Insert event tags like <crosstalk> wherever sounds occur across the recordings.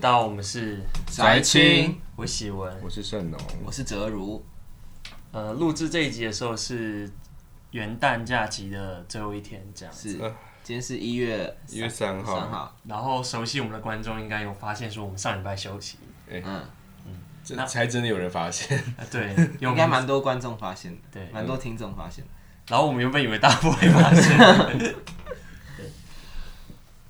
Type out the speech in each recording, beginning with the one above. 道，我们是宅青，我是喜文。我是盛农，我是哲如，呃，录制这一集的时候是元旦假期的最后一天，这样。是今天是一月呃一月三号三号，然后熟悉我们的观众应该有发现，说我们上礼拜休息。嗯，这才真的有人发 <laughs> 现，啊、 <laughs> 对，有应该蛮多观众发现的，对蛮多听众发现的， <laughs> 然后我们原本以为大家不会发现。对。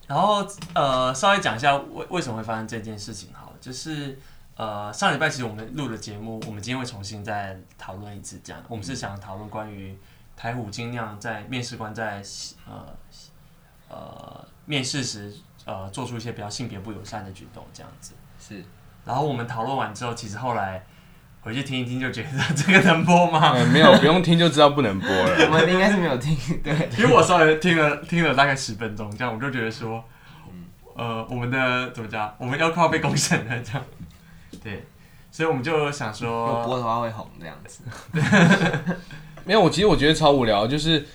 然后呃，稍微讲一下为为什么会发生这件事情好了，就是呃上礼拜其实我们录的节目，我们今天会重新再讨论一次，这样我们是想讨论关于台虎精酿在面试官在呃呃面试时呃做出一些比较性别不友善的举动这样子。是然后我们讨论完之后，其实后来回去听一听就觉得这个 <laughs> 能播吗？ <laughs> 嗯没有不用听就知道不能播我 <laughs> 了。们应该是没 <laughs> 有听， <laughs> 对，啊因为我稍微听了听了大概十分钟，这样我就觉得说，嗯呃，我们的怎么讲，我们要快要被公审了，这样，对，所以我们就想如果播说，的话会红这样子，没有，我其实我觉得超无聊，就是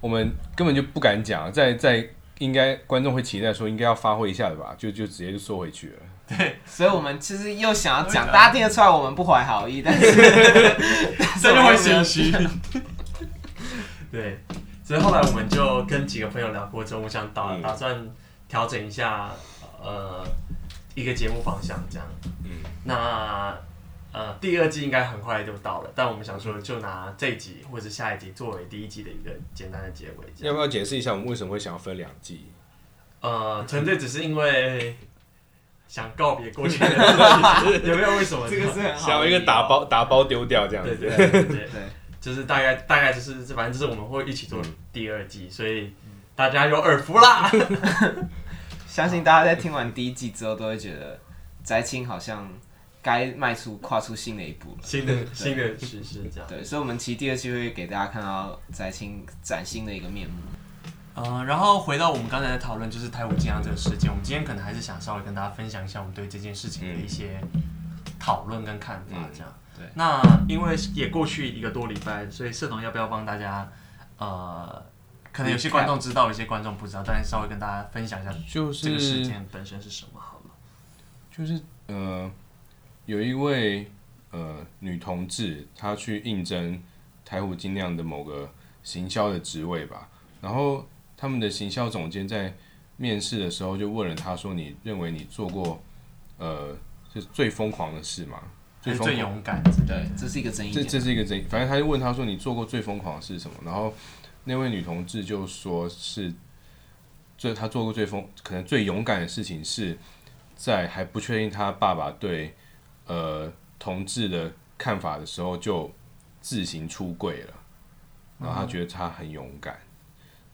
我们根本就不敢讲，在在应该观众会期待说应该要发挥一下的吧，就就直接就缩回去了。所以我们其实又想要讲，大家听得出来我们不怀好意，但 <laughs> 是这就会心 <laughs> 虚，对，所以后来我们就跟几个朋友聊过之后，我想打嗯打算调整一下，呃，一个节目方向这样，嗯，那。呃，第二季应该很快就到了，但我们想说，就拿这一集或者下一集作为第一季的一个简单的结尾。这样。要不要解释一下我们为什么会想要分两季？嗯呃，纯粹只是因为想告别过去 <laughs> 的自己，有没有为什么呢？这个是很好的想要一个打包打包丢掉这样对子，对对对对，对，嗯就是大概大概就是反正就是我们会一起做第二季，所以大家有耳福啦。 <laughs> 相信大家在听完第一季之后都会觉得翟青好像该迈出跨出新的一步了。新的新的趋势这样。对，所以，我们其实第二期会给大家看到翟青崭新的一个面目。呃，然后回到我们刚才的讨论，就是台舞金阳这个事件，我们今天可能还是想稍微跟大家分享一下我们对这件事情的一些讨论跟看法，这样。嗯对那因为也过去一个多礼拜，所以社童要不要帮大家，呃，可能有些观众知道，有些观众不知道，但是稍微跟大家分享一下就这个事是件本身是什么好了。就是呃，有一位呃女同志，她去应征台虎精酿的某个行销的职位吧，然后他们的行销总监在面试的时候就问了她说：“你认为你做过呃是最疯狂的事吗？还最是疯最狂？勇敢，对，这是一个争议这点。这是一个争议。反正他就问她说：你做过最疯狂的事是什么？然后那位女同志就说是最她做过最疯，可能最勇敢的事情是在还不确定她爸爸对呃同志的看法的时候就自行出柜了，然嗯后她觉得她很勇敢。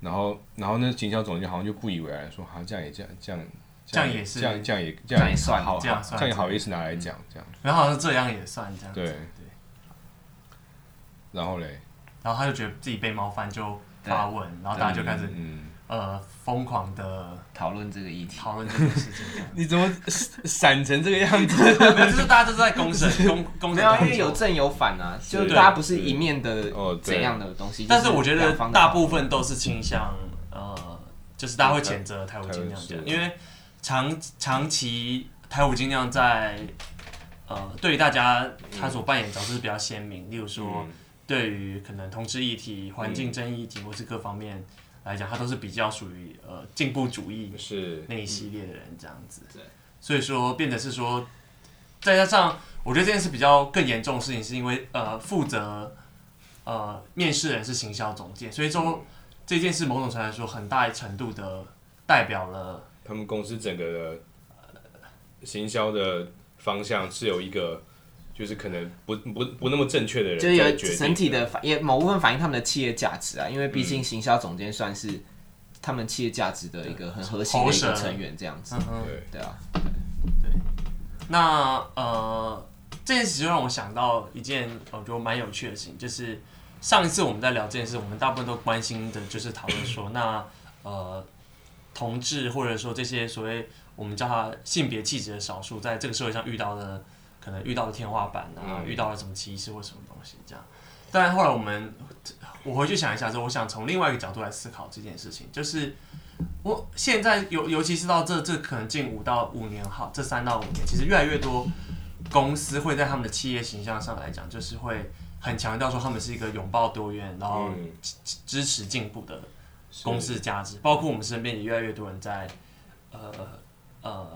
然后，然后那警校总监好像就不以为然，说：“好、啊，这样也这样，这样，这样也是这样，这样也这这样样也算好，这样好算这样也好意思拿来讲，这样然后好像这样也算这样子。对对。然后嘞，然后他就觉得自己被冒犯，就发问，然后大家就开始嗯，呃疯狂的讨论这个议题。讨论这件事情。这样你怎么闪成这个样子？ <laughs> 没有，就是大家都是在公审公公 <laughs> 没审有啊，当因为有中正有反啊， <laughs> 是就是大家不是一面的哦对怎样的东西。但是我觉就得两方的大部分都是倾向呃，就是大家会谴责台舞精酿这样，台湾是因为长长期台舞精酿在呃对于大家他所扮演的角色是比较鲜明，例如说嗯对于可能同志议题、环境争议议题或是各方面来讲，他都是比较属于呃进步主义是那一系列的人这样子。对，所以说变得是说，再加上我觉得这件事比较更严重的事情，是因为呃负责呃面试人是行销总监，所以说这件事某种程度来说很大程度的代表了他们公司整个的行销的方向是有一个，就是可能不不不那么正确的人就是有在决定整体的反，也某部分反映他们的企业价值啊，因为毕竟行销总监算是他们企业价值的一个很核心的一喉舌个成员，这样子。对对，啊，那呃，这件事就让我想到一件呃我觉得蛮有趣的事情，就是上一次我们在聊这件事，我们大部分都关心的就是讨论说，那呃，同志或者说这些所谓我们叫他性别气质的少数，在这个社会上遇到的可能遇到的天花板啊，嗯遇到了什么歧视或什么东西这样。但后来我们，我回去想一下之后，我想从另外一个角度来思考这件事情，就是我现在尤尤其是到这这可能近五到五年哈，这三到五年，其实越来越多公司会在他们的企业形象上来讲，就是会很强调说他们是一个拥抱多元，然后嗯支支持进步的公司价值，包括我们身边也越来越多人在呃呃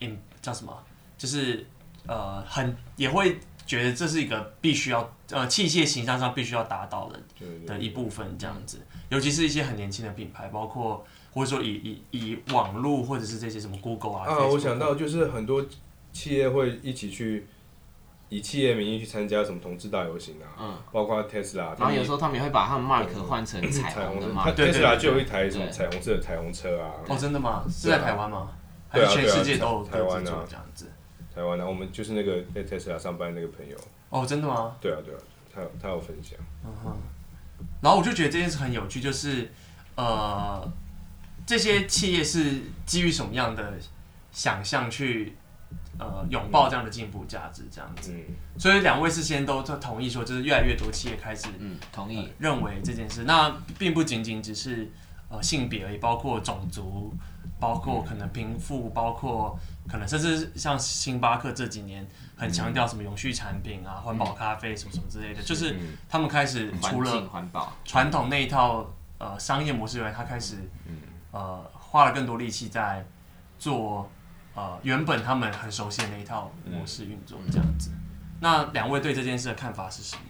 ，in 叫什么，就是呃很也会觉得这是一个必须要呃器械形象上必须要达到的对对的一部分这样嗯子，尤其是一些很年轻的品牌，包括或者说以以以网络或者是这些什么 Google 啊，啊，我 Facebook 想到就是很多企业会一起去以企业名义去参加什么同志大游行啊，嗯，包括 Tesla，然后有时候他们也会把他们 mark 换成彩彩虹虹的的 mark，对对对 Tesla 就有一台什么对彩虹色的彩虹车啊，哦，真的吗？是对啊在台湾吗？还对啊是全对啊世界都有台湾啊各自做这样子？台湾的、啊我们就是那个在 Tesla 上班那个朋友，哦，真的吗？嗯对啊对啊，他有他有分享，然后我就觉得这件事很有趣，就是呃，这些企业是基于什么样的想象去呃拥抱这样的进步价值这样子？嗯，所以两位是先都都同意说，就是越来越多企业开始、嗯，同呃意。认为这件事，那并不仅仅只是呃性别而已，包括种族，包嗯括可能贫富，包括可能甚至像星巴克这几年嗯很强调什么永续产品啊、环保咖啡什么什么之类的，就是嗯他们开始除环了境环保，传统那一套呃商业模式以外，他开始嗯呃花了更多力气在做呃原本他们很熟悉的那一套嗯模式运作这样子。那两位对这件事的看法是什么？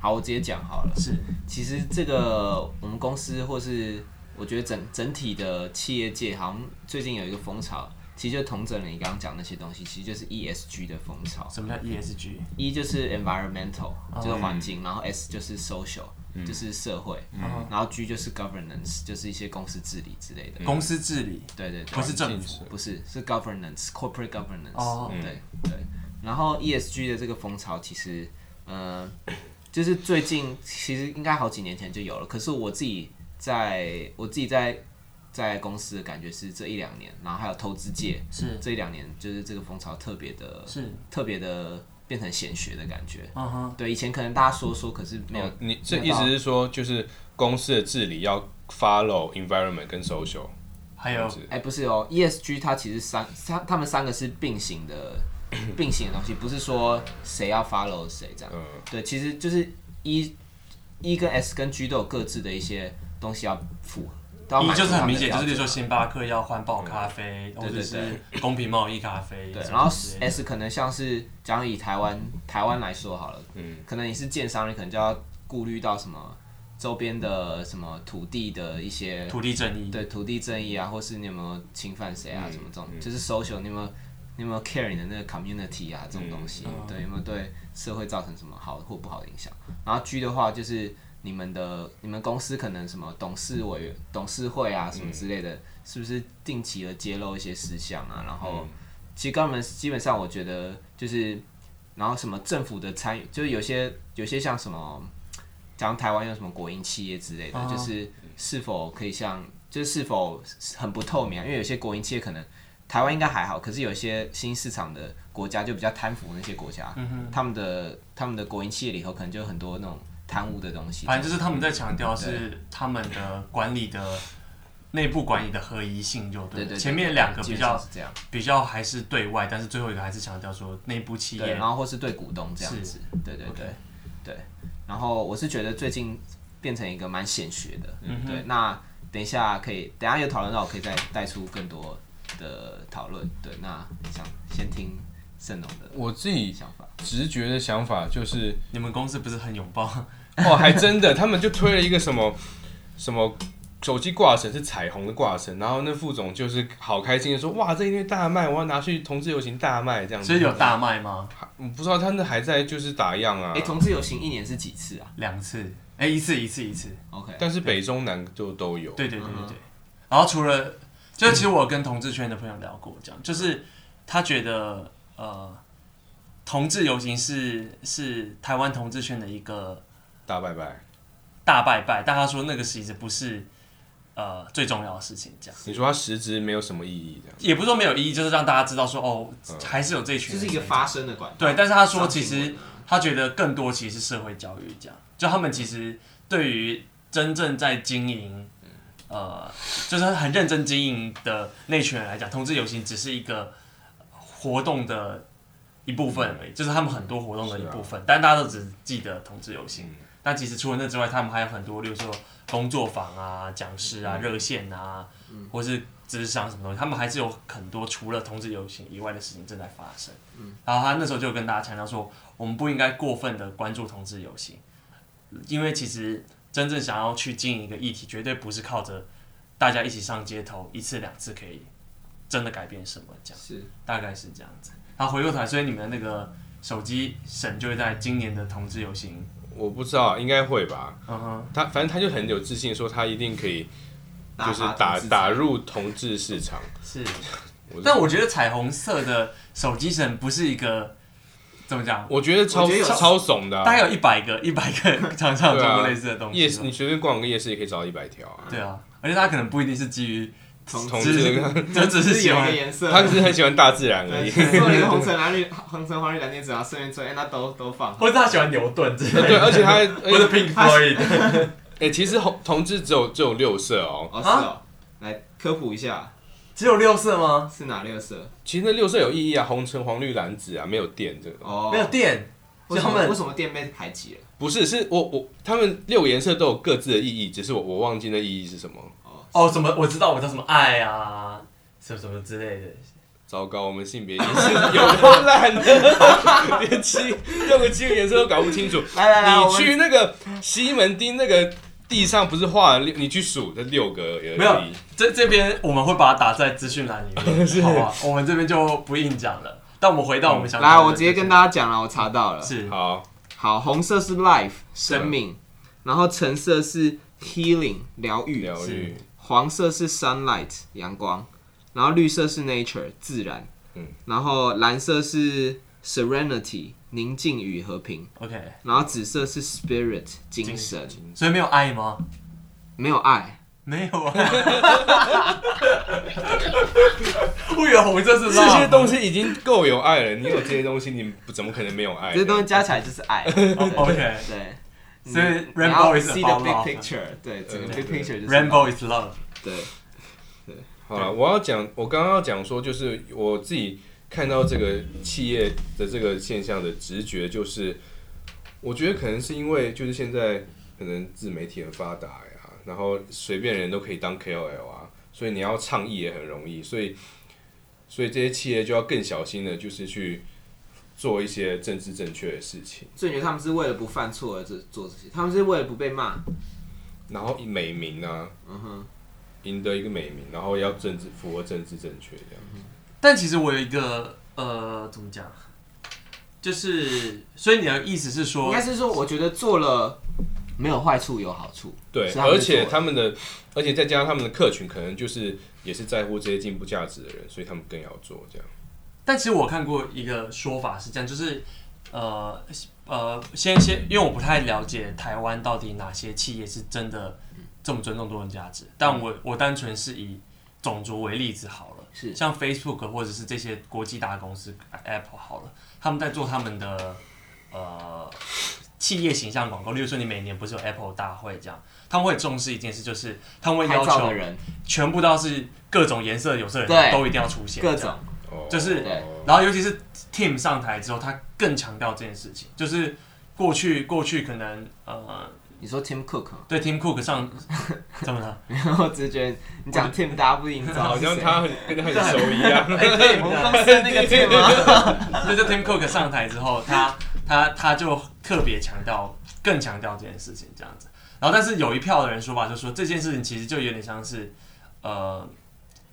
好，我直接讲好了。是其实这个我们公司或是我觉得整整体的企业界，好像最近有一个风潮，其实就同整了你刚刚讲那些东西，其实就是 ESG 的风潮。什么叫 ESG？ E 就是 environmental，就是环境，然后 S 就是 social，就是社会，然后 G 就是 governance，就是一些公司治理之类的。公司治理对对对，不是政府。不是，是 governance，corporate governance。哦对对。然后 ESG 的这个风潮，其实，呃，就是最近其实应该好几年前就有了，可是我自己在我自己在在公司的感觉是这一两年，然后还有投资界是这一两年，就是这个风潮特别的是，特别的变成显学的感觉。嗯哼，对，以前可能大家说说，可是没有哦，你这没意有到思是说就是公司的治理要 follow environment 跟 social，还有这样子哎、不是哦，ESG 它其实三，它他们三个是并行的， <clears throat> 并行的东西，不是说谁要 follow 谁这样。嗯对，其实就是一、一跟 S 跟 G 都有各自的一些东西要符合，都要一满嗯足就是他很明们的显，标就是准比如说星巴克要环保咖啡，或嗯对者是公平贸易咖啡，对，什么然后之类的 S 可能像是，假如以台湾台湾来说好了，嗯，可能你是建商，你可能就要顾虑到什么周边的什么土地的一些土地正义，对土地正义啊，或是你有没有侵犯谁啊，嗯什么这种，嗯就是 social，你有没有你有没有 care 你的那个 community 啊，这种东西，嗯对，有没有对社会造成什么好或不好的影响？然后 G 的话就是你们的你们公司可能什么董事委员、董事会啊什么之类的，是不是定期的揭露一些事项啊？然后、其实 government 基本上我觉得就是，然后什么政府的参与，就是有些有些像什么。讲台湾有什么国营企业之类的，哦就是是否可以像，就是是否很不透明、啊，因为有些国营企业可能台湾应该还好，可是有些新市场的国家就比较贪腐，那些国家，嗯他们的他们的国营企业里头可能就有很多那种贪污的东西。反正就是他们在强调是他们的管理的内部管理的合一性，就对对对了。对，前面两个基比本上较是这样，比较还是对外，但是最后一个还是强调说内部企对，业然后或是对股东这样子，对对对 OK 对。然后我是觉得最近变成一个蛮显学的，嗯哼对。那等一下可以，等一下有讨论到，我可以再带出更多的讨论。对，那想先听盛龙的我自己想法。直觉的想法 <laughs> 就是，你们公司不是很拥抱？哦，还真的，他们就推了一个什么什么手机挂绳是彩虹的挂绳，然后那副总就是好开心的说，哇，这一定大卖，我要拿去同志游行大卖这样所以子。有大卖吗？我不知道他那还在就是打样呃啊哎、，同志游行一年是几次啊两次，哎，一次一次一次， ？OK，但是北中南就都有。对对对嗯对哼对。然后除了，就是其实我跟同志圈的朋友聊过，这样就是他觉得呃，同志游行是是台湾同志圈的一个大拜拜。大拜拜，但他说那个其实不是呃最重要的事情，这样你说它实质没有什么意义的，也不是说没有意义，就是让大家知道说哦嗯，还是有这一群就人是一个发声的管道。对，但是他说其实上新闻啊他觉得更多其实是社会教育这样，就他们其实对于真正在经营，呃，就是很认真经营的内群人来讲，同志游行只是一个活动的一部分而已，就是他们很多活动的一部分，但大家都只记得同志游行。但其实除了那之外，他们还有很多，例如说工作坊啊、讲师啊、热线啊，或是职场什么东西，他们还是有很多除了同志游行以外的事情正在发生。然后他那时候就跟大家强调说，我们不应该过分的关注同志游行，因为其实真正想要去经营一个议题，绝对不是靠着大家一起上街头一次两次可以真的改变什么这样。是大概是这样子。然后回过头来，所以你们那个手机省就会在今年的同志游行，我不知道，应该会吧。嗯哼，他反正他就很有自信，说他一定可以，就是打打打入同志市场。是我。但我觉得彩虹色的手机省不是一个怎么讲，我觉得超我觉得有超怂的、大啊。概有一百个一百个 <laughs> 厂商有做过类似的东夜西市，嘛。你随便逛个夜市也可以找到一百条啊。对啊，而且他可能不一定是基于，同同只志是 <laughs> 的，就只是喜有一个欢。颜色，他只是很喜欢大自然而已。对做了一个红橙蓝绿、红橙黄绿蓝靛紫，然后顺便做，哎，那都都放。或者他喜欢牛顿之类 <laughs> 对，的，而且他，或者 Pink Floyd，哎、其实同同志只有只有六色哦。哦，是啊哦，来科普一下只有六色吗？是哪六色？其实那六色有意义啊，红橙黄绿蓝紫啊，没有电这个。哦，没有电，为就什他么为们什么店被排挤了？不是，是我我他们六个颜色都有各自的意义，只是我我忘记那意义是什么。哦，什么我知道，我知道什么爱啊，什么什么之类的，糟糕，我们性别也是 <laughs> 有多烂的， <laughs> 连七六个七个颜色都搞不清楚。来来来，我们你去那个西门町那个地上不是画了六，你去数这六个而已。没有这这边我们会把它打在资讯栏里面，好吧？我们这边就不硬讲了。但我们回到我们想来，我直接跟大家讲了，我查到了。是好，好，红色是 life 生命，然后橙色是 healing 疗愈，疗愈黄色是 sunlight 阳光，然后绿色是 nature 自然，嗯，然后蓝色是 serenity 宁静与和平， OK，然后紫色是 spirit 精精神，所以没有爱吗？没有爱，没有啊。我以为红色是这些东西。西已经够有爱了，你有这些东西，你怎么可能没有爱这？些东西加起来就是爱。哦 OK，对，所以你 rainbow 你要 is see about the big love 啊 picture，对，整个对 big picture 就是 Rainbow is love。对，好了，我要讲，我刚刚要讲说，就是我自己看到这个企业的这个现象的直觉，就是我觉得可能是因为就是现在可能自媒体很发达呀，然后随便人都可以当 KOL 啊，所以你要倡议也很容易，所以所以这些企业就要更小心的，就是去做一些政治正确的事情，所以你觉得他们是为了不犯错而这做这些，他们是为了不被骂，然后以美名啊，嗯哼，赢得一个美名，然后要政治符合政治正确这样。但其实我有一个呃，怎么讲？就是，所以你的意思是应说该，是说我觉得做了没有坏处有好处，对，所以他们而就做且了他们的，而且再加上他们的客群，可能就是也是在乎这些进步价值的人，所以他们更要做这样。但其实我看过一个说法是这样，就是呃呃，先先，因为我不太了解台湾到底哪些企业是真的这么尊重多元价值，但我我单纯是以种族为例子好了，是像 Facebook 或者是这些国际大公司 Apple 好了，他们在做他们的呃企业形象广告，例如说你每年不是有 Apple 大会这样，他们会重视一件事，就是他们会拍要照求的人全部都是各种颜色的有色对人都一定要出现，各这样种，哦，就是对然后尤其是 Tim 上台之后，他更强调这件事情，就是过去过去可能呃，你说 Tim Cook，吗 <laughs> 对 Tim Cook 上 <laughs> 怎么了？我只是觉得你讲 Tim 大家不一定知道好是像谁 <laughs> 他很跟他很熟一样。哎、对啊我们公司的那个 Tim 吗？ <laughs> 所以在 Tim Cook 上台之后，他他他就特别强调，更强调这件事情这样子。然后，但是有一票的人说法就说这件事情其实就有点像是，呃，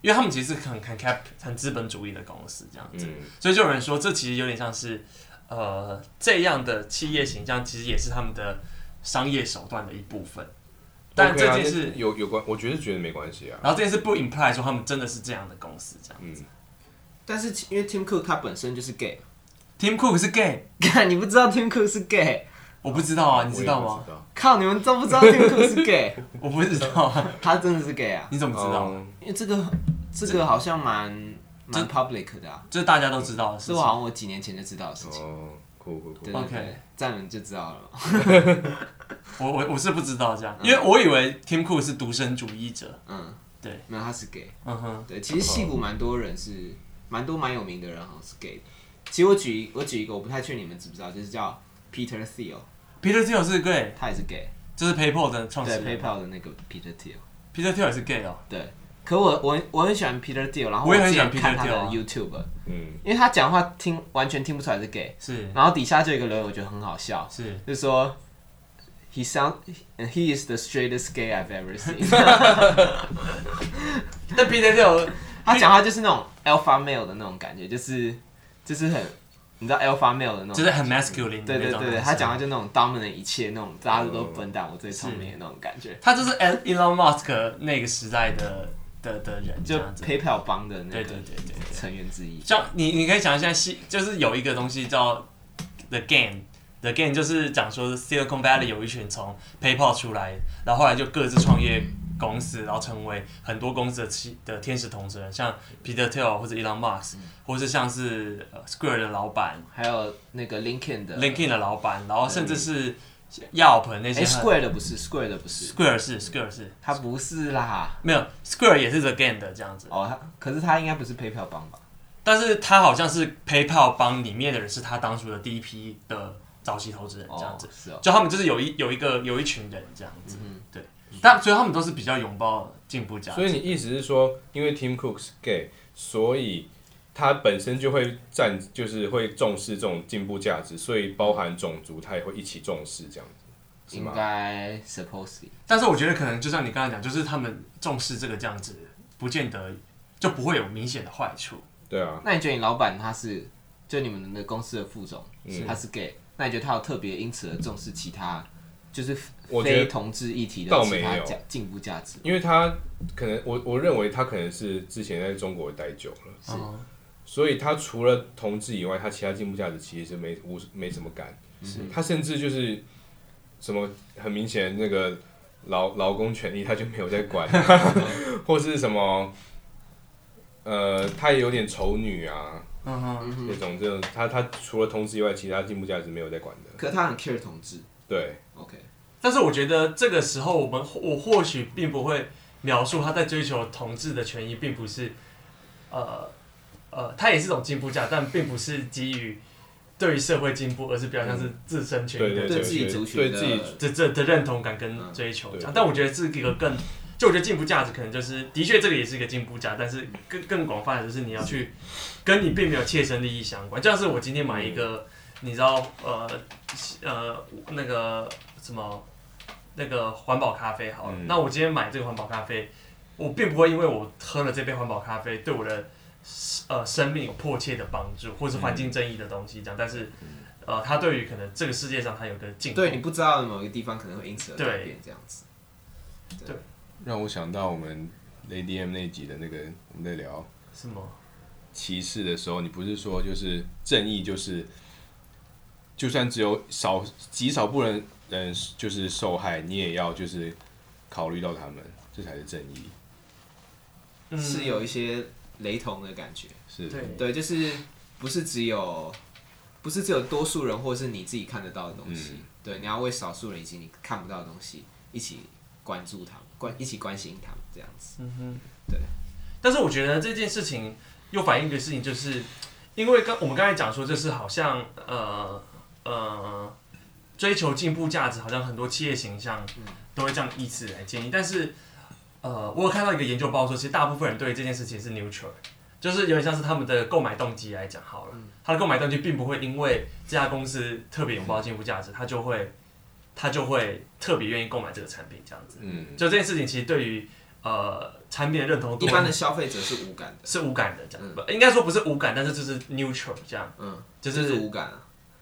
因为他们其实是很很 cap 很资本主义的公司这样 <laughs> 子，嗯，所以就有人说这其实有点像是，呃，这样的企业形象其实也是他们的商业手段的一部分。但 OK 这啊件那事，有有关，我觉得觉得没关系啊。然后这件事不 imply 说他们真的是这样的公司这样。嗯，但是因为 Tim Cook 他本身就是 gay， <laughs> Tim Cook 是 gay，看你不知道 Tim Cook 是 gay，我不知道啊，我你也知道不吗？道？靠，你们都不知道 Tim Cook 是 gay，我不知道哦啊，他真的是 gay 啊？你怎么知道？嗯因为这个这个好像蛮蛮 public 的啊，这是大家都知道的事是情我。好像我几年前就知道的事情。哦，酷酷酷对，对 OK 对，站了你就知道了嘛。我我我是不知道这样，因为我以为 Tim Cook 是独身主义者。嗯，对，没有他是 gay。嗯哼，对，其实戏骨蛮多人是，蛮多蛮有名的人好像是 gay 的。其实我举一我举一个，我不太确定你们知不知道，就是叫 Peter Thiel， Peter Thiel 是 gay，他也是 gay，哦就是 PayPal 的创始对人。 PayPal 的那个 Peter Thiel。 Peter Thiel 也是 gay 哦，对，可我我我很喜欢 Peter Thiel，然后我也之很喜欢前看 Peter 他 Thiel 的啊 YouTube，嗯，因为他讲话听完全听不出来是 gay，是然后底下就有一个留言我觉得很好笑， <laughs> 是，就说 He sound he is the straightest gay I've ever seen。 <laughs> 但 Peter Thiel 他讲话就是那种 alpha male 的那种感觉，就是就是很，你知道 alpha male 的那种，就是很 masculine 的对那对种对男对，生他讲话就那种 dominant 一切那种，大家都笨蛋，我最聪明的那种感觉，他就是 Elon Musk 那个时代的的的人，这就样子。 PayPal 帮的那对个对对对对。成员之一。像你，你可以想象西，就是有一个东西叫 The Game，The Game 就是讲说 Silicon Valley 有一群从 PayPal 出来，然后后来就各自创业公司，然后成为很多公司的其的天使投资人，像 Peter Thiel 或者 Elon Musk，或嗯是像是呃 Square 的老板、还有那个 LinkedIn 的 LinkedIn 的老板，然后甚至是 Yelp 那哎些很。 Square 的不是 Square 的不是， Square 是 Square 是他不是啦。没有 Square 也是 The Game 的这样子，哦，他可是他应该不是 PayPal 帮吧？但是他好像是 PayPal 帮里面的人，是他当初的第一批的早期投资人这样子。哦是哦。就他们就是有一有一个有一群人这样子，对，但所以他们都是比较拥抱进步家庭，所以你意思是说，因为 Tim Cook 是 gay，所以他本身就会占，就是会重视这种进步价值，所以包含种族，他也会一起重视这样子，是应吗？该 supposedly 但是我觉得可能就像你刚才讲，就是他们重视这个这样子，不见得就不会有明显的坏处。对啊，那你觉得你老板他是就你们的公司的副总，他是 gay，那你觉得他有特别因此而重视其他就是我觉非得同志议题倒的没其他有价进步价值？因为他可能我我认为他可能是之前在中国待久了，是嗯所以他除了同志以外，他其他进步价值其实没无没什么感，他甚至就是什么很明显那个劳劳工权益他就没有在 <laughs> 管，或是什么。呃，他也有点丑女啊，嗯哼，这种这种，他他除了同志以外，其他进步价值没有在管的。可他很 care 同志对， ，OK，但是我觉得这个时候我们我或许并不会描述他在追求同志的权益，并不是呃呃，他也是一种进步价，但并不是基于对于社会进步，而是比较像是自身权益的嗯对对自己族群的对自己这这的认同感跟追求这样，但我觉得是一个更，就我觉得进步价值可能就是，的确这个也是一个进步价，但是更更广泛的就是你要去跟你并没有切身利益相关，就像是我今天买一个，你知道呃呃那个什么那个环保咖啡好了，嗯那我今天买这个环保咖啡，我并不会因为我喝了这杯环保咖啡对我的呃生命有迫切的帮助，或是环境正义的东西这样，但是。呃，它对于可能这个世界上它有个进步，对，你不知道的某一个地方可能会因此而改变这样子。让我想到我们 ADM 那集的那个，我们在聊什么？歧视的时候，你不是说就是正义就是，就算只有少极少部分人就是受害，你也要就是考虑到他们，这才是正义。嗯是有一些雷同的感觉。是，对对，就是不是只有不是只有多数人或是你自己看得到的东西，嗯对，你要为少数人以及你看不到的东西一起关注他们，关一起关心他们这样子。但是我觉得这件事情又反映一个事情，就是因为刚我们刚才讲说，就是好像呃呃追求进步价值，好像很多企业形象都会这样以此来建议。但是呃，我有看到一个研究报告说，其实大部分人对这件事情是 neutral，的就是有点像是他们的购买动机来讲好了，他的购买动机并不会因为这家公司特别拥抱进步价值，他就会他就会特别愿意购买这个产品这样子。嗯，就这件事情，其实对于呃产品的认同度一般的嗯消费者是无感的，是无感的，这样、不应该说不是无感，但是就是 neutral 这样，嗯，就就是是无感啊，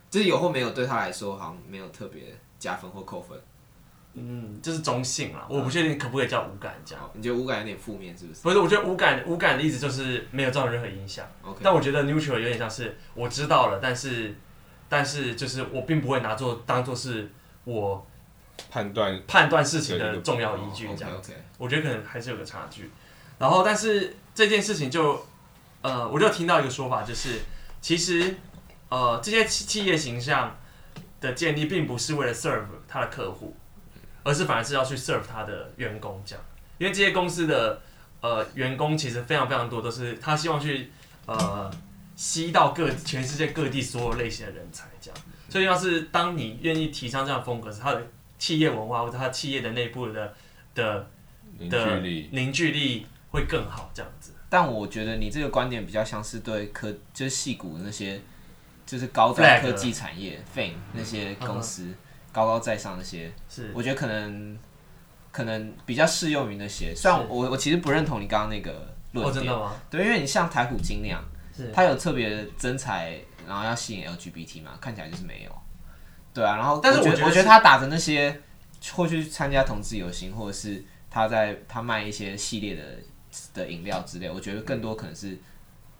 就是有或没有对他来说好像没有特别加分或扣分。嗯，就是中性啦。嗯我不确定可不可以叫无感这样。好，哦你觉得无感有点负面是不是不是，我觉得无感无感的意思就是没有造成任何影响。 ？OK，但我觉得 neutral 有点像是我知道了，但是但是就是我并不会拿做当做是我判断判断事情对的对对重要依据这哦 OK 样。 OK，我觉得可能还是有个差距。然后，但是这件事情就，呃，我就听到一个说法，就是其实呃，这些企企业形象的建立，并不是为了 serve 他的客户，而是反而是要去 serve 他的员工这样。因为这些公司的呃员工其实非常非常多，都是他希望去呃吸到各全世界各地所有类型的人才这样。所以要是当你愿意提倡这样的风格，是他的企业文化或者他企业的内部的的凝聚的力，凝聚力会更好这样子。但我觉得你这个观点比较像是对科，就是戏骨那些，就是高 Flag 端科技产业 f a m 那些公司、高高在上那些，嗯是我觉得可能可能比较适用于那些。虽然是我我其实不认同你刚刚那个哦，论真点，的吗？对，因为你像台虎精那样，是它有特别真才，然后要吸引 LGBT 嘛，看起来就是没有。对啊，然后但是我我觉觉得我觉是得他打着那些或去参加同志游行，或者是他在他卖一些系列的的饮料之类，我觉得更多可能是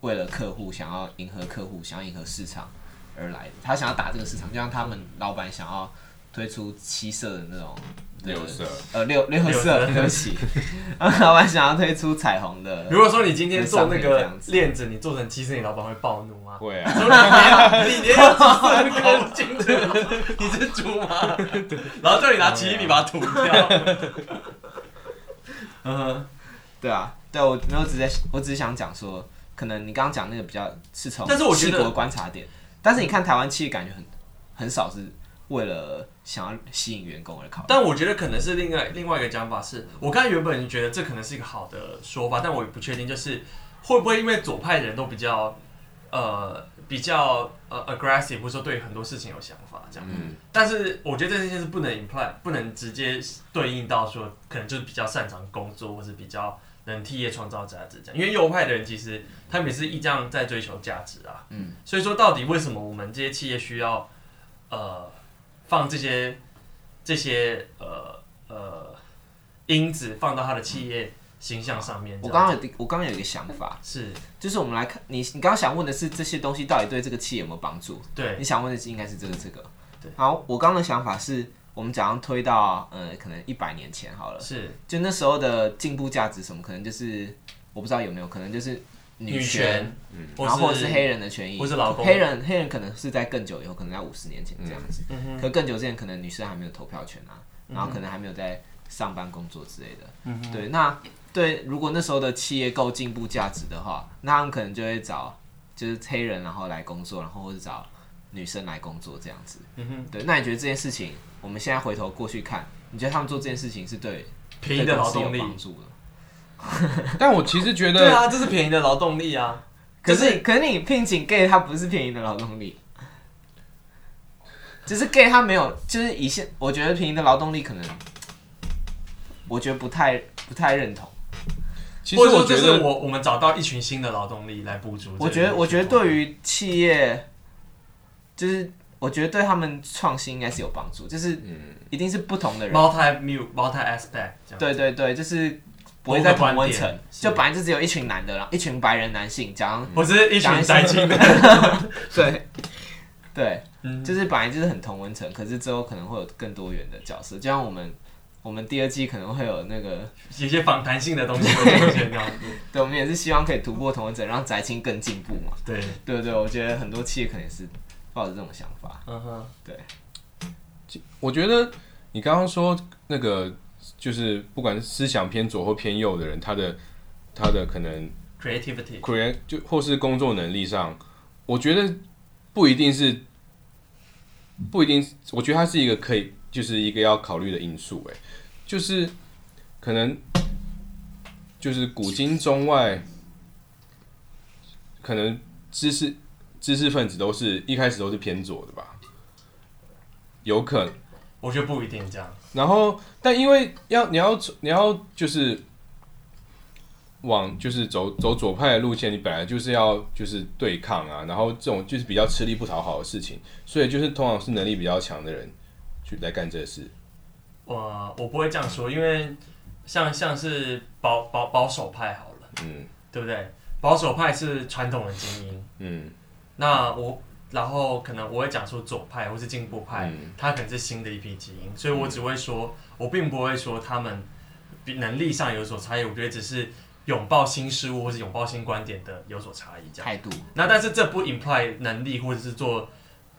为了客户想要迎合客户，想要迎合市场而来的。他想要打这个市场，就像他们老板想要推出七色的那种的六色，呃六六六色，色对不起， <laughs> 老板想要推出彩虹的，如果说你今天做那就上面这个样子链子，你做成七色，你老板会暴怒 <laughs> 吗？会啊，说你连你连有紫色的搞不清 <laughs> 楚，你是猪吗？然后叫你拿奇异笔把它涂掉。嗯，对啊，对我没有只在，我只是想讲说，可能你刚刚讲那个比较是从但是我觉细得国的观察点，但是你看台湾企业感觉很很少是为了想要吸引员工而考虑，但我觉得可能是另外另外一个讲法是，我刚才原本觉得这可能是一个好的说法，但我也不确定，就是会不会因为左派的人都比较呃比较呃 aggressive，或者说对很多事情有想法这样。嗯，但是我觉得这件事是不能 imply，不能直接对应到说，可能就是比较擅长工作，或是比较能替业创造价值这样。因为右派的人其实他们也是一这样在追求价值啊。嗯，所以说到底为什么我们这些企业需要呃放这些这些呃呃因子放到他的企业形象上面这我样？刚刚有一个我刚刚有一个想法，是就是我们来看你你刚刚想问的是这些东西到底对这个企业有没有帮助？对你想问的是应该是这个这个。对好，我刚刚的想法是我们假如推到呃可能一百年前好了。是就那时候的进步价值什么，可能就是我不知道有没有，可能就是女权，嗯，然后或者是黑人的权益，或是劳工黑人黑人可能是在更久以后，可能在五十年前这样子，嗯可更久之前可能女生还没有投票权啊，然后可能还没有在上班工作之类的，嗯对，那对，如果那时候的企业够进步价值的话，那他们可能就会找就是黑人然后来工作，然后或是找女生来工作这样子，嗯哼，对，那你觉得这件事情，我们现在回头过去看，你觉得他们做这件事情是对便宜的劳动对力公司有帮助的吗？但我其实觉对得，啊，这是便宜的劳动力啊。可，就是可是你聘请 gay，他不是便宜的劳动力，就是 gay 他没有，就是以现我觉得便宜的劳动力可能，我觉得不太不太认同。其实或者我说，觉这得是我我们找到一群新的劳动力来补足这个。我觉得我觉得对于企业，就是我觉得对他们创新应该是有帮助，就是嗯一定是不同的人， multi mu multi aspect 这样，对对对，就是不会在同温不会层关，联就本来就只有一群男的，然后一群白人男性，讲我是一群宅青 <laughs> 的，对，对，嗯就是本来就是很同文层，可是之后可能会有更多元的角色，就像我们我们第二季可能会有那个，有一些访谈性的东西会出现这样 <laughs> 子。对，我们也是希望可以突破同文层，让宅青更进步嘛。对，对对，我觉得很多企业可能也是抱着这种想法。嗯哼，我觉得你刚刚说那个，就是不管是思想偏左或偏右的人，他的他的可能 creativity create 就或是工作能力上，我觉得不一定是不一定是，我觉得它是一个可以就是一个要考虑的因素。哎，就是可能就是古今中外，可能知识知识分子都是一开始都是偏左的吧，有可能。我觉得不一定这样。然后，但因为要你要你要就是往就是走走左派的路线，你本来就是要就是对抗啊，然后这种就是比较吃力不讨好的事情，所以就是通常是能力比较强的人去来干这事。我我不会这样说，因为像像是保保保守派好了，嗯对不对？保守派是传统的精英，嗯，那我然后可能我会讲说左派或是进步派，嗯他可能是新的一批基因，所以我只会说，我并不会说他们比能力上有所差异，我觉得只是拥抱新事物或是拥抱新观点的有所差异，这样。态度，那但是这不 imply 能力或者是做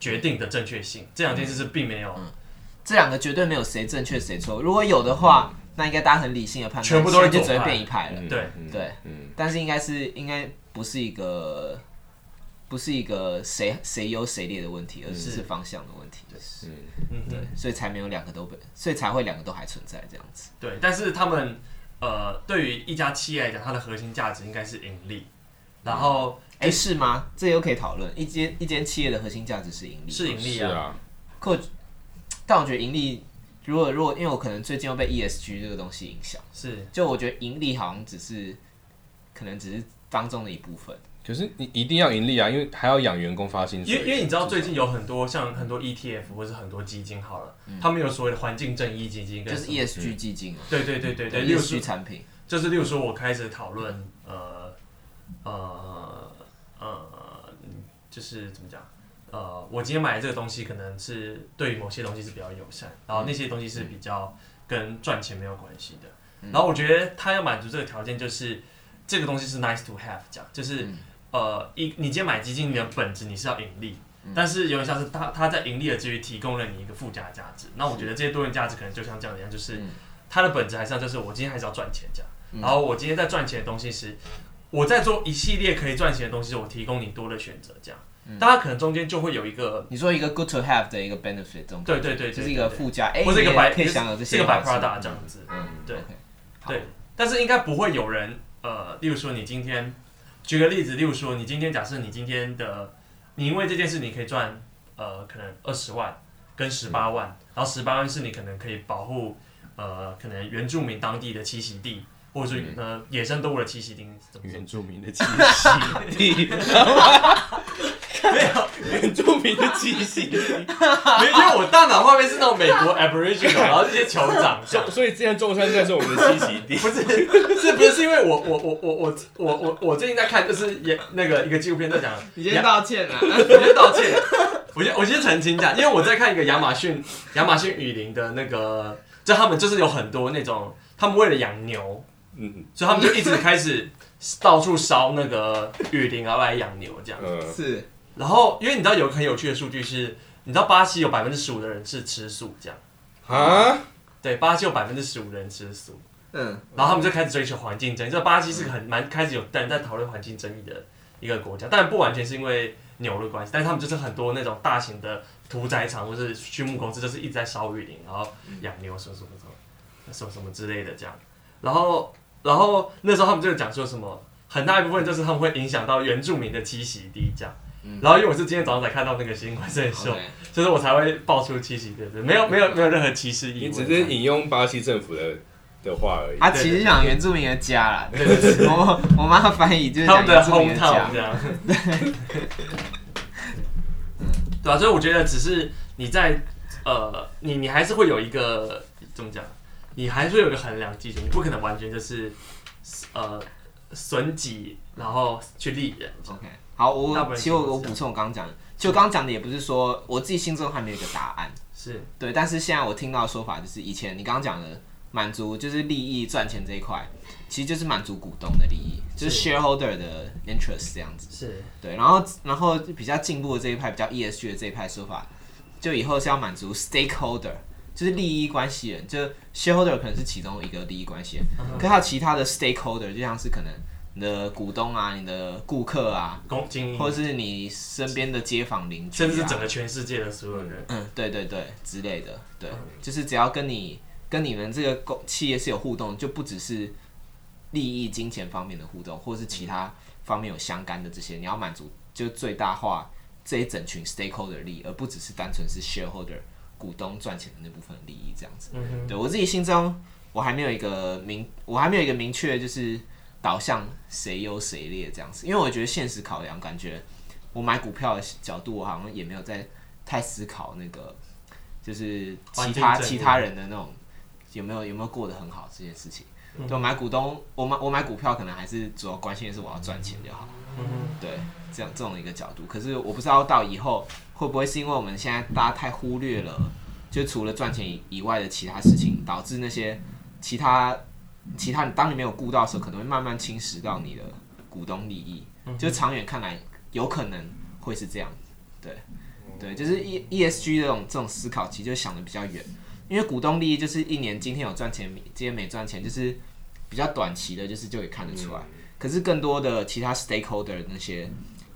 决定的正确性，这两件事是并没有这两个绝对没有谁正确谁错。如果有的话，那应该大家很理性的判断，全部都是所以就左派只会变一派了。嗯对嗯对嗯，但是应该是应该不是一个不是一个谁谁优谁劣的问题，而是是方向的问题。嗯嗯哼对，所以才没有两个都被，所以才会两个都还存在这样子。对，但是他们呃，对于一家企业来讲，它的核心价值应该是盈利，然后哎、是吗？这又可以讨论。一间一间企业的核心价值嗯是盈利，是盈利是啊，啊，但我觉得盈利，如果如果因为我可能最近又被 ESG 这个东西影响，是就我觉得盈利好像只是可能只是当中的一部分。可是你一定要盈利啊，因为还要养员工发薪因水。为因为你知道最近有很多像很多 ETF 或是很多基金好了，他们有所谓的环境正义基金跟就是 ESG 基金哦，对对对对对，例如说 ESG 产品，就是例如说我开始讨论呃呃呃，就是怎么讲？呃，我今天买的这个东西可能是对于某些东西是比较友善，然后那些东西是比较跟赚钱没有关系的。然后我觉得他要满足这个条件，就是这个东西是 nice to have，这样就是、呃，一你今天买基金，你的本质你是要盈利，但是有点像是它它在盈利的之余提供了你一个附加价值。那我觉得这些多元价值可能就像这样一样，就是嗯它的本质还是要就是我今天还是要赚钱这样。然后我今天在赚钱的东西是，我在做一系列可以赚钱的东西，我提供你多的选择这样。嗯大家可能中间就会有一个，你说一个 good to have 的一个 benefit 这种对感觉，对对对，就是一个对附加，哎，或者一个你也白，可以享有这是些一个白好处 Prada 这样子。嗯，对 OK，好 <laughs> 对，但是应该不会有人，呃，例如说你今天，举个例子，例如说你今天假设你今天的，你因为这件事你可以赚，呃，可能二十万跟十八万，然后十八万是你可能可以保护，呃，可能原住民当地的栖息地，或者说、呃野生动物的栖息地，怎么怎么原住民的栖栖息地，没有，原住民的栖息地，没有，因为我大脑画面是那种美国 Aboriginal，然后这些酋长这样所以之前中山站是我们的栖息 <laughs> <laughs> 地。不是，是不是因为我我我我我我我我最近在看，就是也那个一个纪录片在讲，你先道歉啊啦。我先道歉，我先我先澄清一下，因为我在看一个亚马逊亚马逊雨林的那个，就他们就是有很多那种，他们为了养牛，嗯所以他们就一直开始 <laughs> 到处烧那个雨林，然啊后来养牛这样。呃，是，然后因为你知道有个很有趣的数据是，你知道巴西有百分之十五的人是吃素这样，啊，对，巴西有百分之十五的人吃素。嗯，然后他们就开始追求环境争议。这巴西是个很蛮开始有人在讨论环境争议的一个国家，但不完全是因为牛的关系，但是他们就是很多那种大型的屠宰场或是畜牧公司，就是一直在烧雨林，然后养牛什么什么什么什么什么之类的这样。然后，然后那时候他们就讲说什么，很大一部分就是他们会影响到原住民的栖息地这样。嗯然后因为我是今天早上才看到那个新闻，所以说， OK 所以我才会爆出栖息地，对没有没有没有任何歧视意你味。只是引用巴西政府的的话而已。他其实讲原住民的家啦，对对对，我我妈翻译就是他讲们的原住民 home 的 town 家这，样。对啊，所以我觉得只是你在呃，你你还是会有一个怎么讲，你还是会有一个衡量基准，你不可能完全就是呃损己然后去利人。 OK，好，大部分情我其实我况是这我补样充我刚刚讲的，就刚刚讲的也不是说我自己心中还没有一个答案，是对，但是现在我听到的说法就是以前你刚刚讲的满足就是利益赚钱这一块，其实就是满足股东的利益，就是 shareholder 的 interest 这样子，是，对，然后然后比较进步的这一派，比较 ESG 的这一派说法，就以后是要满足 stakeholder。就是利益关系人，就 shareholder 可能是其中一个利益关系人，可还有其他的 stakeholder，就像是可能你的股东啊、你的顾客啊，公精英，或是你身边的街坊邻居、啊，嗯甚至是整个全世界的所有人。嗯， <laughs> 对对对之类的，对，嗯就是只要跟你跟你们这个公企业是有互动，就不只是利益、金钱方面的互动，或是其他方面有相干的这些，你要满足就最大化这一整群 stakeholder 利益，而不只是单纯是 shareholder 股东赚钱的那部分利益这样子。嗯对我自己心中，我还没有一个明，我还没有一个明确就是导向谁优谁劣这样子，因为我觉得现实考量，感觉我买股票的角度，我好像也没有在太思考那个就是环其境他正义其他人的那种有没有有没有过得很好这件事情。对，我买股东，我买我买股票，可能还是主要关心的是我要赚钱就好。嗯对，这样这种一个角度。可是我不知道到以后会不会是因为我们现在大家太忽略了，就除了赚钱以以外的其他事情，导致那些其他其他当你没有顾到的时候，可能会慢慢侵蚀到你的股东利益。就是长远看来，有可能会是这样子。对，对，就是 E E S G 这种这种思考，其实就想的比较远，因为股东利益就是一年今天有赚钱，今天没赚钱，就是比较短期的，就是就可以看得出来。可是更多的其他 stakeholder 那些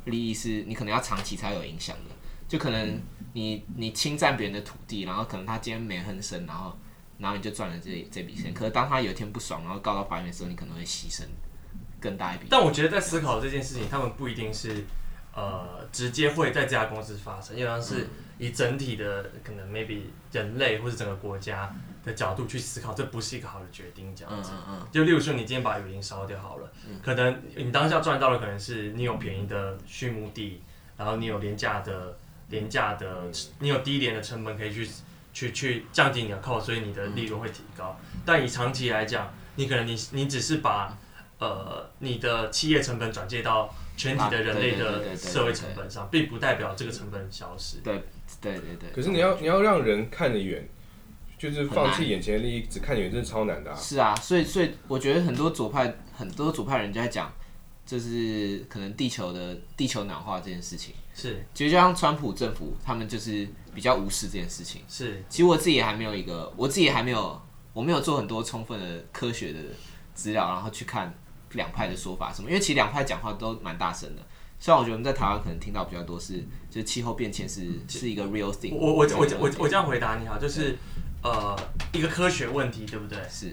利益是你可能要长期才有影响的，就可能你你侵占别人的土地，然后可能他今天没哼声，然后然后你就赚了这这笔钱。可是当他有一天不爽，然后告到法院的时候，你可能会牺牲更大一笔。但我觉得在思考这件事情，他们不一定是呃直接会在这家公司发生，因为是以整体的可能 maybe 人类或是整个国家的角度去思考，这不是一个好的决定，这样嗯子。嗯嗯，就例如说，你今天把雨林烧掉好了，可能你当下赚到的可能是你有便宜的畜牧地，然后你有廉价的廉价的，嗯你有低廉的成本可以去去去降低你的扣，所以你的利润会提高。嗯但以长期来讲，你可能你你只是把呃你的企业成本转借到全体的人类啊对对对对的对对社会成本上，并不代表这个成本消失。对对对对。可是你要你要让人看得远，就是放弃眼前的利益，只看远，这是超难的、啊。是啊，所以所以我觉得很多左派很多左派人就在讲，就是可能地球的地球暖化这件事情。是其实就像川普政府，他们就是比较无视这件事情。是，其实我自己也还没有一个，我自己还没有，我没有做很多充分的科学的资料，然后去看两派的说法什么。因为其实两派讲话都蛮大声的，虽然我觉得我们在台湾可能听到比较多是，就是气候变迁是是一个 real thing 我我我我我我这样回答你哈，就是呃一个科学问题，对不对？是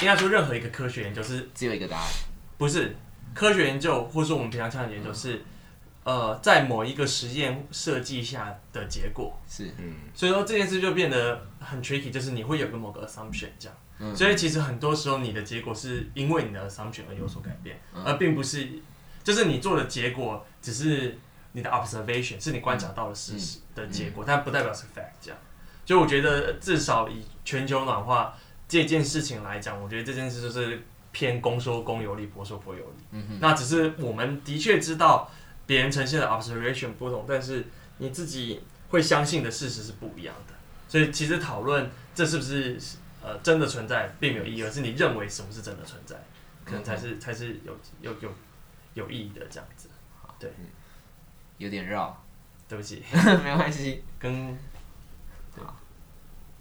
应该说任何一个科学研究是只有一个答案，不是科学研究，或者说我们平常看的研究是，呃，在某一个实验设计下的结果。是所以说这件事就变得很 tricky，就是你会有个某个 assumption 这样。所以其实很多时候你的结果是因为你的 assumption 而有所改变，而并不是就是你做的结果只是你的 observation，是你观察到的事实的结果，但不代表是 fact 这样。所以我觉得至少以全球暖化这件事情来讲，我觉得这件事就是偏公说公有理，婆说婆有理。那只是我们的确知道别人呈现的 observation 不同，但是你自己会相信的事实是不一样的。所以其实讨论这是不是呃真的存在，并没有意义，而是你认为什么是真的存在，可能才是才是有有有有意义的这样子。有点绕，对不起， <laughs> 没关系。跟对，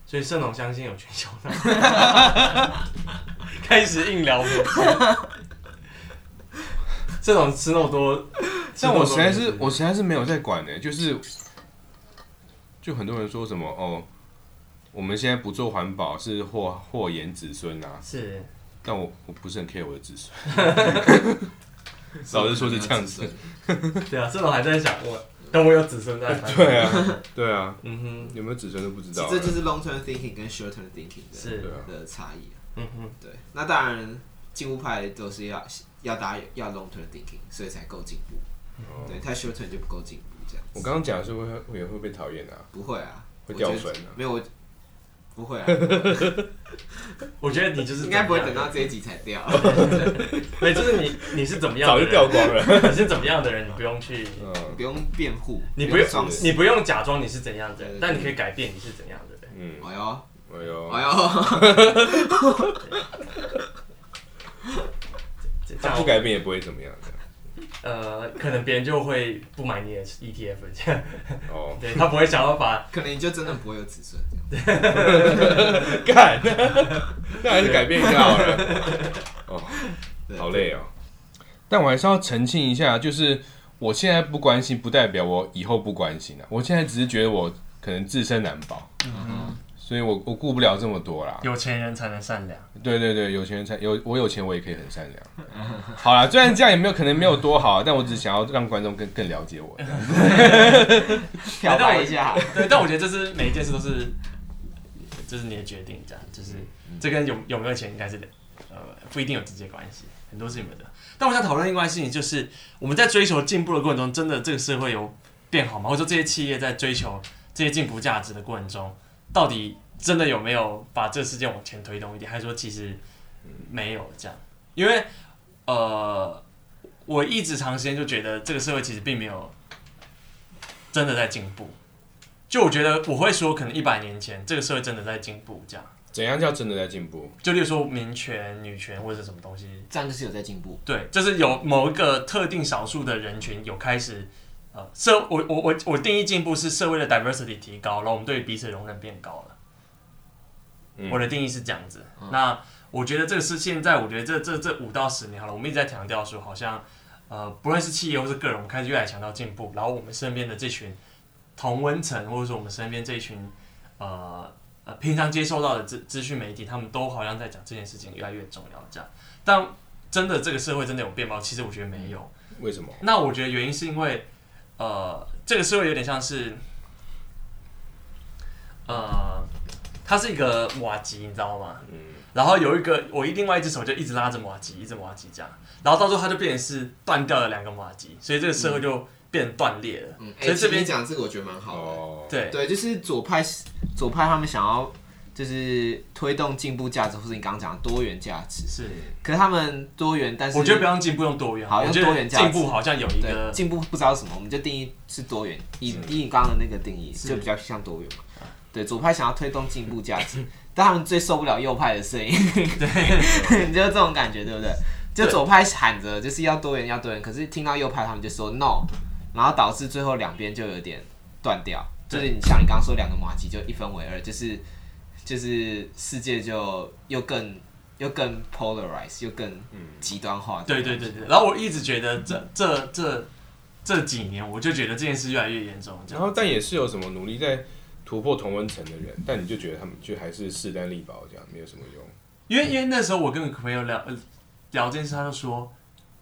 所以盛龙相信有全球暖化，开始硬聊模式。这种吃那么多，但我实在吃那是么多我实在是没有在管呢、就是就很多人说什么哦，我们现在不做环保是祸祸延子孙啊，是但我我不是很 care 我的子孙。老实说是这样子，对啊，这种还在想我，等我有子孙再翻。 <laughs> <laughs> 对啊，对啊，嗯有没有子孙都不知其实道啊这就了。是 long term thinking 跟 short term thinking 哼，的是对，啊的差异啊。嗯哼，对，那当然进步派都是要要大家要 long term thinking，所以才够进步。对，太 short term 就不够进步，这样哦我刚刚讲的是会我也会被讨厌的啊，不会啊，会我觉得掉粉啊没有，我不 <laughs> 会啊，我觉得你就是应该不会等怎么样到这一集才 <laughs> 掉。的，对，就是你你是怎么样早的人，就掉光了。你是怎么样的人，你不用去，嗯不用辩护，你不用装死。你不用假装你是怎样的人对，对但你可以改变你是怎样的人。嗯，哎呦，哎呦，哎呦， <laughs> 这这他样不改变也不会怎么样的。呃，可能别人就会不买你的 ETF，这样， <laughs> 哦，对他不会想要把可能你就真的不会有子孙这样。干， <laughs> 那还是改变一下 <laughs> 好了。哦，对好累哦。但我还是要澄清一下，就是我现在不关心，不代表我以后不关心啊。我现在只是觉得我可能自身难保，嗯所以我我顾不了这么多啦。有钱人才能善良。对对对，有钱人才有，我有钱我也可以很善良。好啦，虽然这样也没有可能没有多好啊，但我只想要让观众更更了 <laughs> 解我。漂白一下， <laughs> 对，但我觉得这是每一件事都是，就是你的决定，这样，就是这跟有有没有钱应该是呃不一定有直接关系，很多事情没有的。但我想讨论另外一件事情，就是我们在追求进步的过程中，真的这个社会有变好吗？或者说这些企业在追求这些进步价值的过程中，到底真的有没有把这个事件往前推动一点，还是说其实没有这样？因为呃，我一直长时间就觉得这个社会其实并没有真的在进步。就我觉得我会说，可能一百年前这个社会真的在进步，这样。怎样叫真的在进步？就例如说民权、女权或者什么东西，这样就是有在进步。对，就是有某一个特定少数的人群有开始，呃，社我我我我定义进步是社会的 diversity 提高，然后我们对彼此的容忍变高了。嗯我的定义是这样子。那我觉得这个是现在，我觉得这这这五到十年好了，我们一直在强调说，好像呃，不论是企业或是个人，我们开始越来越强调进步，然后我们身边的这群同温层，或者说我们身边这一群呃呃平常接收到的资资讯媒体，他们都好像在讲这件事情越来越重要这样。但真的这个社会真的有变吗？其实我觉得没有。为什么？那我觉得原因是因为，呃，这个社会有点像是，呃，它是一个瓦吉，你知道吗？嗯。然后有一个我一另外一只手就一直拉着瓦吉，一直瓦吉这样，然后到最后它就变成是断掉了两个瓦吉，所以这个社会就变成断裂了。嗯，所以这这边边讲这个我觉得蛮好的。哦，对对，就是左派左派他们想要就是推动进步价值，或者你刚刚讲的多元价值。是，可是他们多元，但是我觉得不用进步，用多元。好我用觉多得元价值进步好像有一对个进步不知道是什么，我们就定义是多元，以以你刚刚的那个定义就比较像多元嘛。对，左派想要推动进步价值，但他们最受不了右派的声音， <laughs> 对， <laughs> 你就这种感觉，对不对？就左派喊着就是要多元，要多元，可是听到右派他们就说 no，然后导致最后两边就有点断掉，就是你像你刚刚说两个马吉就一分为二，就是就是世界就又更又更 polarize，又更极端化，嗯对对对对，然后我一直觉得这这这这几年，我就觉得这件事越来越严重。这然样后但也是有什么努力在突破同温层的人，但你就觉得他们就还是势单力薄，这样没有什么用。因为因为那时候我跟朋友聊呃聊这件事，他就说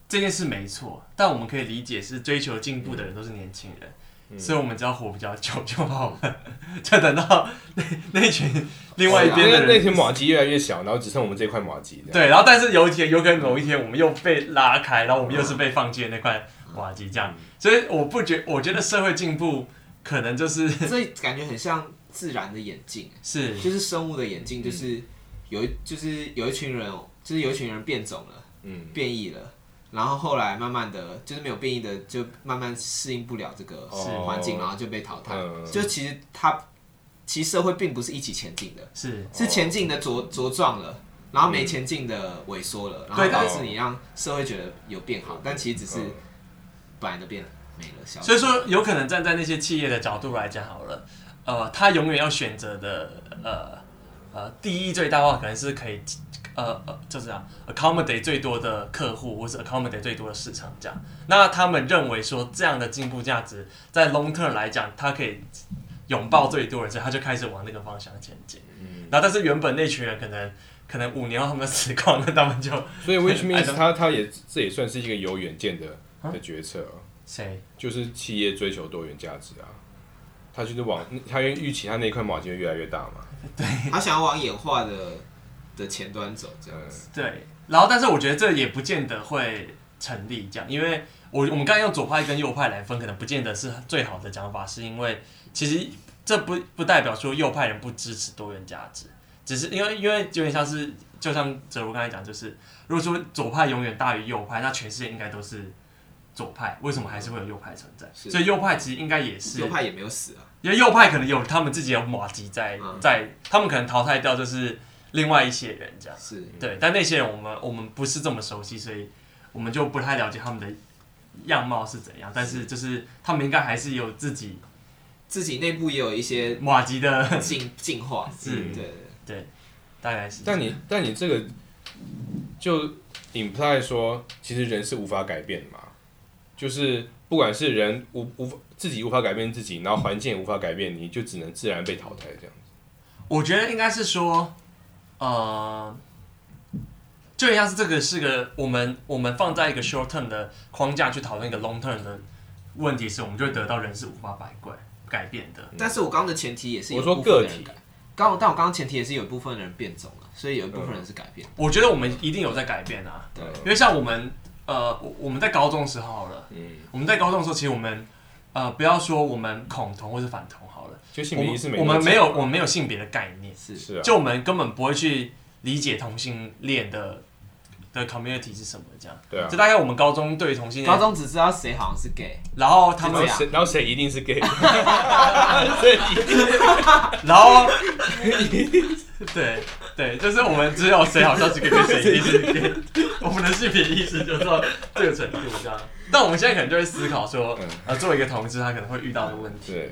这件事没错，但我们可以理解是追求进步的人都是年轻人，所以我们只要活比较久就好了， <laughs> 就等到那那群另外一边的哦那那人。些马基越来越小，然后只剩我们这块马基这 <laughs> 样。对，啊然后但是有一天，有可能某一天我们又被拉开，然后我们又是被放进那块瓦机这样，所以我不觉，我觉得社会进步可能就是所以感觉很像自然的眼镜，是就是生物的眼镜，嗯就是有一就是有一群人，哦就是有一群人变种了，嗯，变异了，然后后来慢慢的就是没有变异的，就慢慢适应不了这个是环境，然后就被淘汰。哦嗯就其实它其实社会并不是一起前哦进的，是是前进的茁茁壮了。然后没前进的萎缩嗯了，然后对导致你让社会觉得有变好，但其实只是嗯本来的变没了。消失所以说，有可能站在那些企业的角度来讲好了，呃，他永远要选择的，呃呃，第一最大化可能是可以，呃呃，就这样 accommodate 最多的客户，或是 accommodate 最多的市场这样。那他们认为说这样的进步价值，在 long term 来讲，它可以拥抱最多人，所以他就开始往那个方向前进。然后，但是原本那群人可能可能五年后他们死光了，那他们就所以 which I means don't- 啊他他也这也算是一个有远见的的决策哦，谁就是企业追求多元价值啊，他就是往他预期他那块马基会越来越大嘛。他想要往演化的的前端走，这样子。对，然后但是我觉得这也不见得会成立，这样，因为我我们刚才用左派跟右派来分，可能不见得是最好的讲法，是因为其实这不不代表说右派人不支持多元价值，只是因为因为有点像是就像哲如刚才讲，就是如果说左派永远大于右派，那全世界应该都是。左派为什么还是会有右派存在？是所以右派其实应该嗯也是右派也没有死啊，因为右派可能有他们自己有马吉在、嗯在，他们可能淘汰掉就是另外一些人这样。是嗯对，但那些人我们我们不是这么熟悉，所以我们就不太了解他们的样貌是怎样。但是就是他们应该还是有自己自己内部也有 <laughs> 一些马吉的，进进化，是对对对，对，大概是。但你但你这个就 imply 说，其实人是无法改变的嘛，就是不管是人无无法自己无法改变自己，然后环境也无法改变，你就只能自然被淘汰这样。我觉得应该是说，呃，就像是这个是个我们我们放在一个 short term 的框架去讨论一个 long term 的问题时，我们就会得到人是无法改怪改变的。但是我刚刚的前提也是有我说部分的个人体改，刚但我刚刚前提也是有一部分人变种了，所以有一部分人是改变，我觉得我们一定有在改变啊，对因为像我们呃，我我们在高中的时候好了，嗯，我们在高中的时候，其实我们呃，不要说我们恐同或是反同好了，就性别意识没我们我们那么没有强我们没有性别的概念，是是啊，就我们根本不会去理解同性恋的的 community 是什么这样。对啊就大概我们高中对于同性高恋，中只知道谁好像是 gay，然后他然们是这后样谁然后谁 <laughs> 一定是 gay，谁一定然后， <laughs> 对对，就是我们只有谁好消息可以跟谁异视 <laughs> 给，我们的性别意识就到这个程度这样。但我们现在可能就会思考说嗯，呃，作为一个同志，他可能会遇到的问题，对，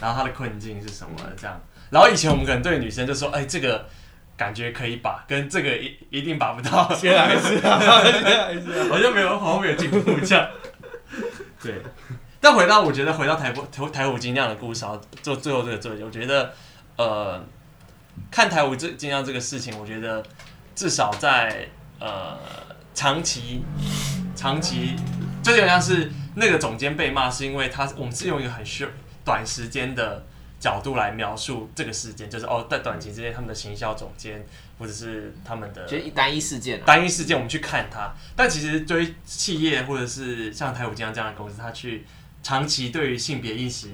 然后他的困境是什么这样。然后以前我们可能对女生就说，哎、这个感觉可以把，跟这个一一定把不到，现在还是啊，现在还是 <laughs> 啊。好像没有，好像没有进步这样。对，但回到我觉得回到台博台台虎精酿的故事，啊，做最后这个作业，我觉得呃，看台虎这精酿这个事情，我觉得至少在呃长期长期，就有点像是那个总监被骂，是因为他我们是用一个很 short 短时间的。角度来描述这个事件，就是哦，在短期之间，他们的行销总监或者是他们的就一单一事件啊，嗯单一事件我们去看它，但其实对于企业或者是像台虎金像这样的公司，它去长期对于性别意识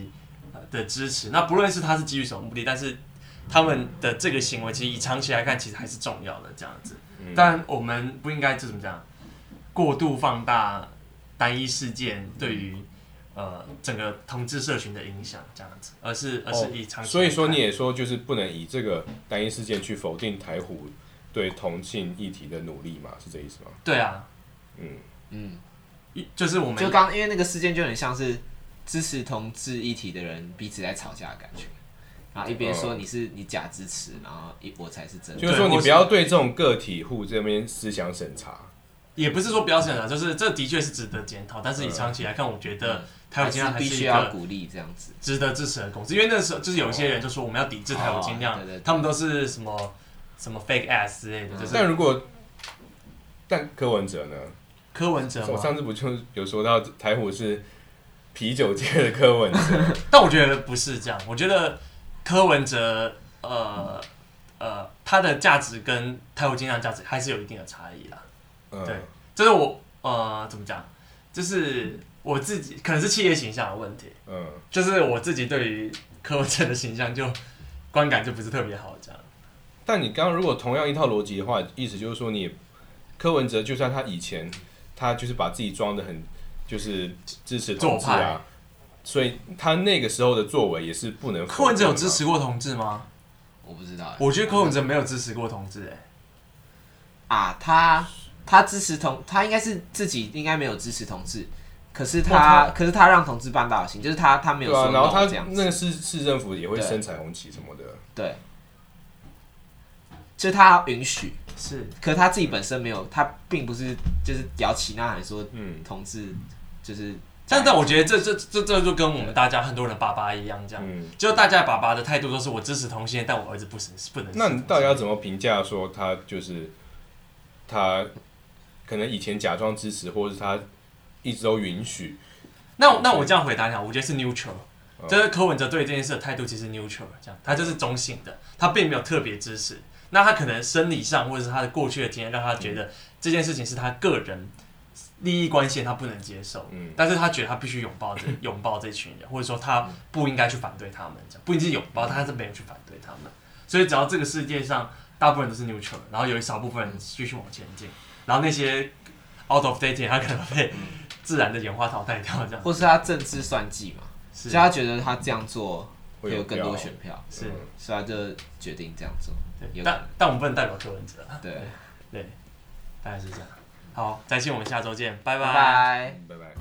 呃的支持，那不论是它是基于什么目的，但是他们的这个行为，其实以长期来看，其实还是重要的这样子。嗯但我们不应该就怎么讲，过度放大单一事件对于嗯呃整个同志社群的影响这样子，而是而是以长期来看、哦所以说你也说，就是不能以这个单一事件去否定台虎对同性议题的努力嘛，是这意思吗？对啊，嗯，嗯，一就是我们就刚因为那个事件就很像是支持同志议题的人彼此在吵架的感觉，然后一边说你是你假支持，然后一我才是真就的，是对说你或不是要对这种个体户这边思想审查。也不是说不要检查，就是这的确是值得检讨。但是以长期来看，我觉得台嗯还虎精是酿还必是须一要个鼓励这样子，值得支持的公司，因为那时候就是有一些人就说我们要抵制台虎精哦酿对对对，他们都是什么什么 fake ass 之类的，嗯就是但如果但柯文哲呢？柯文哲我嘛。上次不就有说到台虎是啤酒界的柯文哲？但我觉得不是这样，我觉得柯文哲呃呃他的价值跟台虎精酿价值还是有一定的差异啦。嗯，对这是我呃怎么讲，就是我自己可能是企业形象的问题，嗯，就是我自己对于柯文哲的形象就观感就不是特别好，这样。但你刚刚如果同样一套逻辑的话，意思就是说你也柯文哲就算他以前他就是把自己装的很就是支持左同志派啊，所以他那个时候的作为也是不能否柯文哲有定的支嘛持过同志吗？我不知道欸。我觉得柯文哲没有支持过同志、欸，啊，他他支持同，他应该是自己应该没有支持同志，可是哇他可是他让同志办到的行，就是他他没有对说啊，然后 no 他这样那子，个市市政府也会对升彩虹旗什么的，对，就是他允许，是可他自己本身没有，他并不是就是摇旗呐喊说嗯同志就是，但但我觉得这这这这就跟我们大家很多人的爸爸一样，这样，嗯。就大家爸爸的态度都是我支持同性恋，但我儿子不行，不能是同性那恋。你到底要怎么评价说他就是他可能以前假装支持，或者是他一直都允许？那那我这样回答你，啊好，我觉得是 neutral，嗯就是柯文哲对这件事的态度其实 neutral，这样，他就是中性的，他并没有特别支持。那他可能生理上或者是他的过去的经验，让他觉得这件事情是他个人利益关系，他不能接受。嗯但是他觉得他必须拥抱 <laughs> 这拥抱这群人，或者说他不应该去反对他们，这样不一定是拥抱，他是没有去反对他们。所以只要这个世界上大部分人都是 neutral，然后有一少部分人继续往前进，然后那些 out of dating 他可能被自然的演化淘汰掉，这样或是他政治算计嘛，是所以他觉得他这样做会会有有更多票选票，是嗯所以他就决定这样做，对，有可但但我们不能代表柯文哲，对，大概是这样。好，再见，我们下周见，拜拜拜。嗯拜拜。